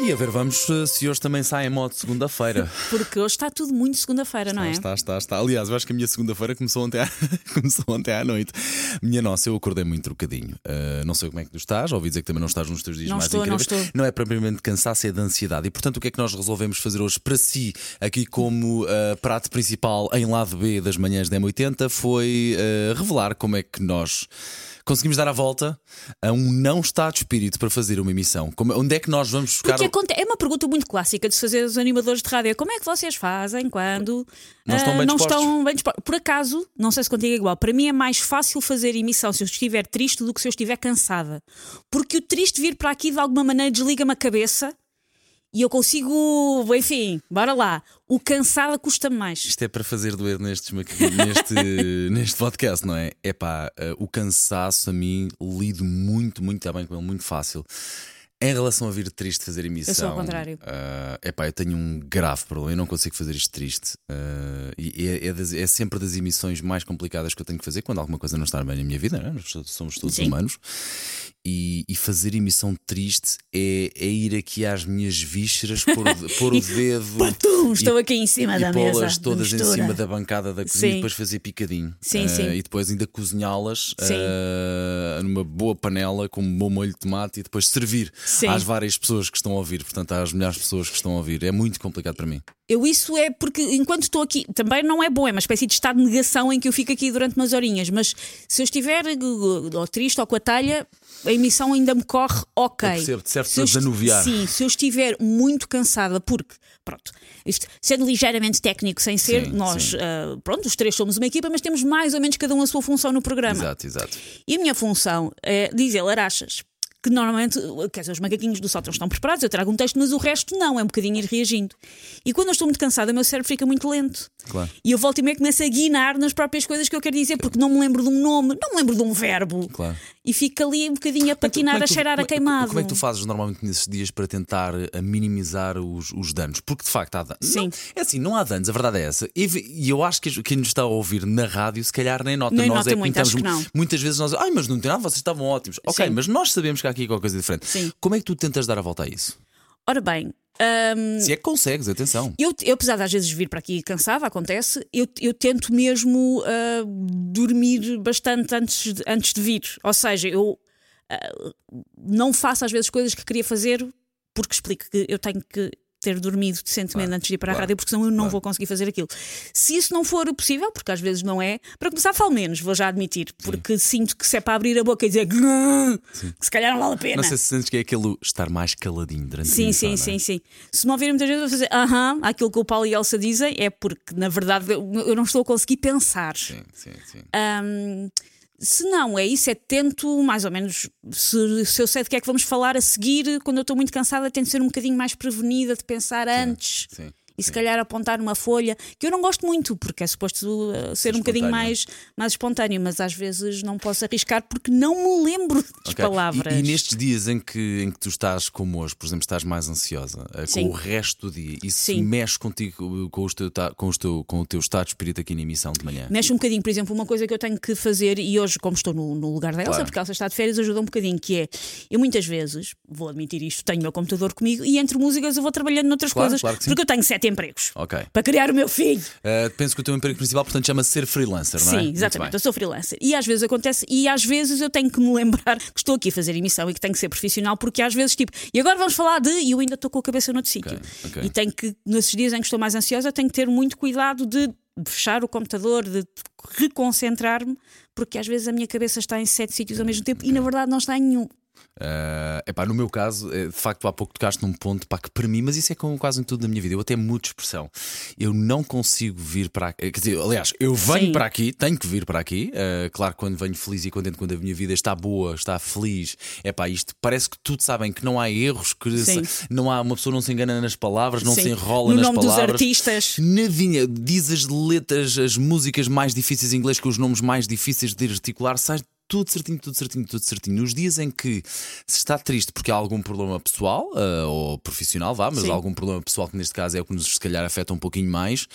E a ver, vamos eh, se hoje também sai em modo segunda-feira. Porque hoje está tudo muito segunda-feira, não é? Está, está, está. Aliás, eu acho que a minha segunda-feira começou, ontem à- começou ontem à noite. Minha nossa, eu acordei muito trocadinho. Uh, não sei como é que tu estás, ouvi dizer que também não estás nos teus dias Não mais estou, não incríveis. estou. é propriamente cansaço, é de ansiedade. E portanto, o que é que nós resolvemos fazer hoje para si, aqui como uh, prato principal em lado B das manhãs da M80, foi uh, revelar como é que nós. Conseguimos dar a volta a um não estado de espírito para fazer uma emissão. Como- onde é que nós vamos buscar Porque aconte- é uma pergunta muito clássica de se fazer os animadores de rádio. É Como é que vocês fazem quando Não ah, estão bem não dispostos. estão bem dispostos? Por acaso, não sei se contigo é igual, para mim é mais fácil fazer emissão se eu estiver triste do que se eu estiver cansada. Porque o triste vir para aqui de alguma maneira desliga-me a cabeça e eu consigo, enfim, bora lá. O cansada custa-me mais. Isto é para fazer doer nestes maca- neste, neste podcast, não é? É pá, eh, o cansaço a mim lido muito, muito tá bem com ele, muito fácil. Em relação a vir triste fazer emissão, Eu sou ao contrário. é pá, eu tenho um grave problema, eu não consigo fazer isto triste. Eh, e é, é das- é sempre das emissões mais complicadas que eu tenho que fazer quando alguma coisa não está bem na minha vida, não é? Nós somos todos Sim. humanos. E, e fazer emissão triste é, é ir aqui às minhas vísceras, pôr, o de- pôr o dedo. Patum, estou e- aqui em cima e da mesa. pô-las da todas em mistura. cima da bancada da cozinha e Sim. depois fazer picadinho. Sim, Ah, sim. E depois ainda cozinhá-las Sim. ah, numa boa panela com um bom molho de tomate e depois servir Sim. às várias pessoas que estão a ouvir. Portanto, às milhares de pessoas que estão a ouvir. É muito complicado para mim. Eu isso é porque enquanto estou aqui, também não é bom, é uma espécie de estado de negação em que eu fico aqui durante umas horinhas, mas se eu estiver uh, ou triste ou com a talha, a emissão ainda me corre ok. Eu percebo, serve Se para eu est- desanuviar. Sim, se eu estiver muito cansada, porque, pronto, isto, sendo ligeiramente técnico, sem ser, Sim, nós, sim. uh, pronto, os três somos uma equipa, mas temos mais ou menos cada um a sua função no programa. Exato, exato. E a minha função é dizer larachas. Que normalmente, quer dizer, os macaquinhos do sótão estão preparados, eu trago um texto, mas o resto não, é um bocadinho ir reagindo. E quando eu estou muito cansada, o meu cérebro fica muito lento. Claro. E eu volto e meio começo a guinar nas próprias coisas que eu quero dizer, porque não me lembro de um nome, não me lembro de um verbo. Claro. E fico ali um bocadinho a patinar, Como é que a tu- cheirar, como a é- queimado. Como é que tu fazes normalmente nesses dias para tentar eh, a minimizar os, os danos? Porque de facto há danos. Sim. é assim, não há danos, a verdade é essa. E, vi- e eu acho que quem nos está a ouvir na rádio, se calhar nem nota. Nem nós nota é que muito, notamos acho que não. Muitas vezes nós. Ai, mas não tem nada, vocês estavam ótimos. Ok, Sim. mas nós sabemos que há aqui qualquer coisa diferente. Sim. Como é que tu tentas dar a volta a isso? Ora bem, hum, Se é que consegues, atenção. eu, eu, apesar de às vezes vir para aqui cansada, acontece, eu, eu tento mesmo ah, dormir bastante antes de, antes de vir. Ou seja, eu ah, não faço às vezes coisas que queria fazer porque explico que eu tenho que ter dormido decentemente antes de ir para a claro, rádio, porque senão eu não vou conseguir fazer aquilo. Se isso não for possível, porque às vezes não é, para começar falo menos, vou já admitir, porque sinto que se é para abrir a boca e dizer que se calhar não vale a pena. Não sei se sentes que é aquele estar mais caladinho durante a Sim, emissão, sim, não é? sim, sim. Se me ouvirem muitas vezes, eu vou fazer aham, aquilo que o Paulo e a Elsa dizem é porque, na verdade, eu eu não estou a conseguir pensar. Sim, sim, sim. Ahm, se não, é isso, é tento mais ou menos. Se, se eu sei do que é que vamos falar a seguir, quando eu estou muito cansada, tento ser um bocadinho mais prevenida de pensar antes. sim, E se calhar apontar uma folha, que eu não gosto muito, porque é suposto uh, ser um bocadinho espontâneo. mais, mais espontâneo, mas às vezes não posso arriscar porque não me lembro das Ok. palavras. E, e nestes dias em que, em que tu estás como hoje, por exemplo, estás mais ansiosa eh, Sim. com o resto do dia, isso Sim. mexe contigo eh, com, os teu, ta- com, os teu, com o teu estado de espírito aqui na emissão de manhã. Mexe um bocadinho, por exemplo, uma coisa que eu tenho que fazer, e hoje, como estou no, no lugar da Elsa, Claro. porque a Elsa está de férias, ajuda um bocadinho, que é eu muitas vezes, vou admitir isto, tenho o meu computador comigo e entre músicas eu vou trabalhando noutras Claro, coisas, claro que sim. Oh. porque eu tenho sete empregos Ok. para criar o meu filho. Eh, penso que o teu emprego principal, portanto, chama-se ser freelancer, não é? Sim, Muito exatamente. bem. Eu sou freelancer. E às vezes acontece, e às vezes eu tenho que me lembrar que estou aqui a fazer emissão e que tenho que ser profissional, porque às vezes, tipo, e agora vamos falar de. E eu ainda estou com a cabeça noutro sítio. ok. E tenho que, nesses dias em que estou mais ansiosa, tenho que ter muito cuidado de fechar o computador, de reconcentrar-me, porque às vezes a minha cabeça está em sete sítios ao mesmo tempo e na verdade não está em nenhum. Eh, epá, no meu caso, eh, de facto, há pouco tocaste num ponto pá, que para mim, mas isso é com quase em tudo na minha vida. Eu até mudo de expressão. Eu não consigo vir para aqui. eh, Quer dizer, aliás, eu venho Sim. para aqui, tenho que vir para aqui. Eh, claro, quando venho feliz e contente, quando a minha vida está boa, está feliz, é pá, isto parece que tudo sabem que não há erros, que se- Sim. não há uma pessoa não se engana nas palavras, não Sim. se enrola No nas nome dos palavras. artistas. Nadinha, diz as letras, as músicas mais difíceis em inglês com os nomes mais difíceis de articular, sai tudo certinho, tudo certinho, tudo certinho. Nos dias em que se está triste porque há algum problema pessoal ah, ou profissional, vá, mas Sim. algum problema pessoal que neste caso é o que nos se calhar afeta um pouquinho mais,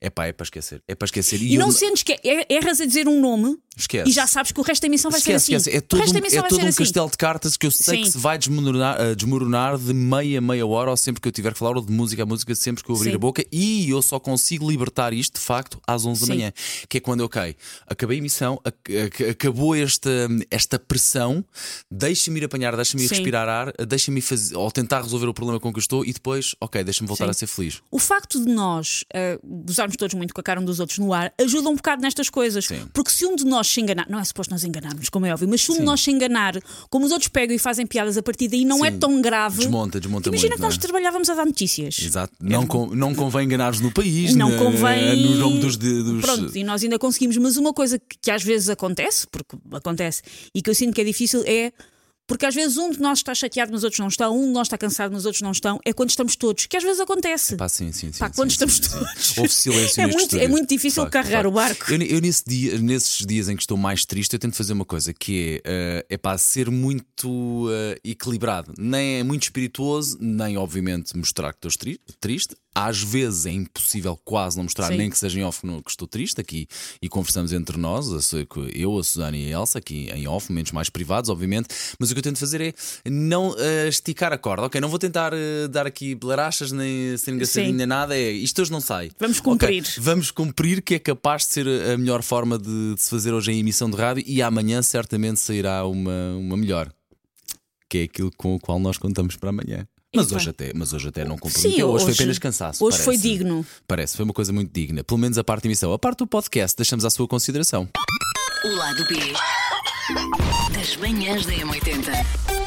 é pá, é para esquecer. É para esquecer. E, não eu- sentes que er- erras a dizer um nome Esquece. e já sabes que o resto da emissão vai Esquece, ser assim. esquece. É todo o resto da um, emissão é vai todo ser um assim. castelo de cartas que eu sei Sim. que se vai desmoronar, ah, desmoronar de meia, meia hora ou sempre que eu tiver que falar, ou de música a música, sempre que eu abrir Sim. a boca. E eu só consigo libertar isto, de facto, às 11 Sim. da manhã. Que é quando, ok, acabei a emissão, ac- ac- acabou esta, esta pressão, deixa-me ir apanhar, deixa-me ir Sim. respirar ar, deixa-me ir fazer, ou tentar resolver o problema com que eu estou e depois, ok, deixa-me voltar Sim. a ser feliz. O facto de nós ah, gozarmos todos muito com a cara um dos outros no ar ajuda um bocado nestas coisas. Sim. Porque se um de nós se enganar, não é suposto nós enganarmos, como é óbvio, mas se um de nós se enganar, como os outros pegam e fazem piadas a partir daí, não é Sim. tão grave. Desmonta, desmonta Imagina muito, que não nós é? trabalhávamos a dar notícias. Exato. Não, con- não convém enganar-nos no país, É Não né, convém. no nome dos. de- dos- Pronto, e nós ainda conseguimos. Mas uma coisa que, que às vezes acontece, porque acontece, e que eu sinto que é difícil é. Porque às vezes um de nós está chateado, mas outros não estão, um de nós está cansado, mas outros não estão, é quando estamos todos, que às vezes acontece. Pá, sim, sim, sim, Pá, sim, quando sim, estamos sim, sim. todos. Houve silêncio neste É muito- estúdio. é muito difícil De facto, carregar de o facto. barco. Eu, eu nesse dia- nesses dias em que estou mais triste, eu tento fazer uma coisa que é, eh, é para ser muito eh, equilibrado. Nem é muito espirituoso, nem obviamente mostrar que estou tri- triste. Às vezes é impossível quase não mostrar, Sim. nem que seja em off no- que estou triste aqui e conversamos entre nós, a Su- que eu, a Susana e a Elsa, aqui em off, momentos mais privados, obviamente, mas o que eu tento fazer é não eh, esticar a corda, ok? Não vou tentar eh, dar aqui belarachas, nem ser engraçadinho, Sim. nem nada, é isto hoje não sai. Vamos Ok, cumprir. vamos cumprir, que é capaz de ser a melhor forma de, de se fazer hoje em emissão de rádio e amanhã certamente sairá uma, uma melhor. Que é aquilo com o qual nós contamos para amanhã. Mas Epa. hoje, até, mas hoje até não comprometeu, Então. Sim, hoje, foi apenas cansaço. Hoje foi parece-me. digno. Parece, foi uma coisa muito digna. Pelo menos a parte da emissão. A parte do podcast, deixamos à sua consideração. O lado B das manhãs da M80.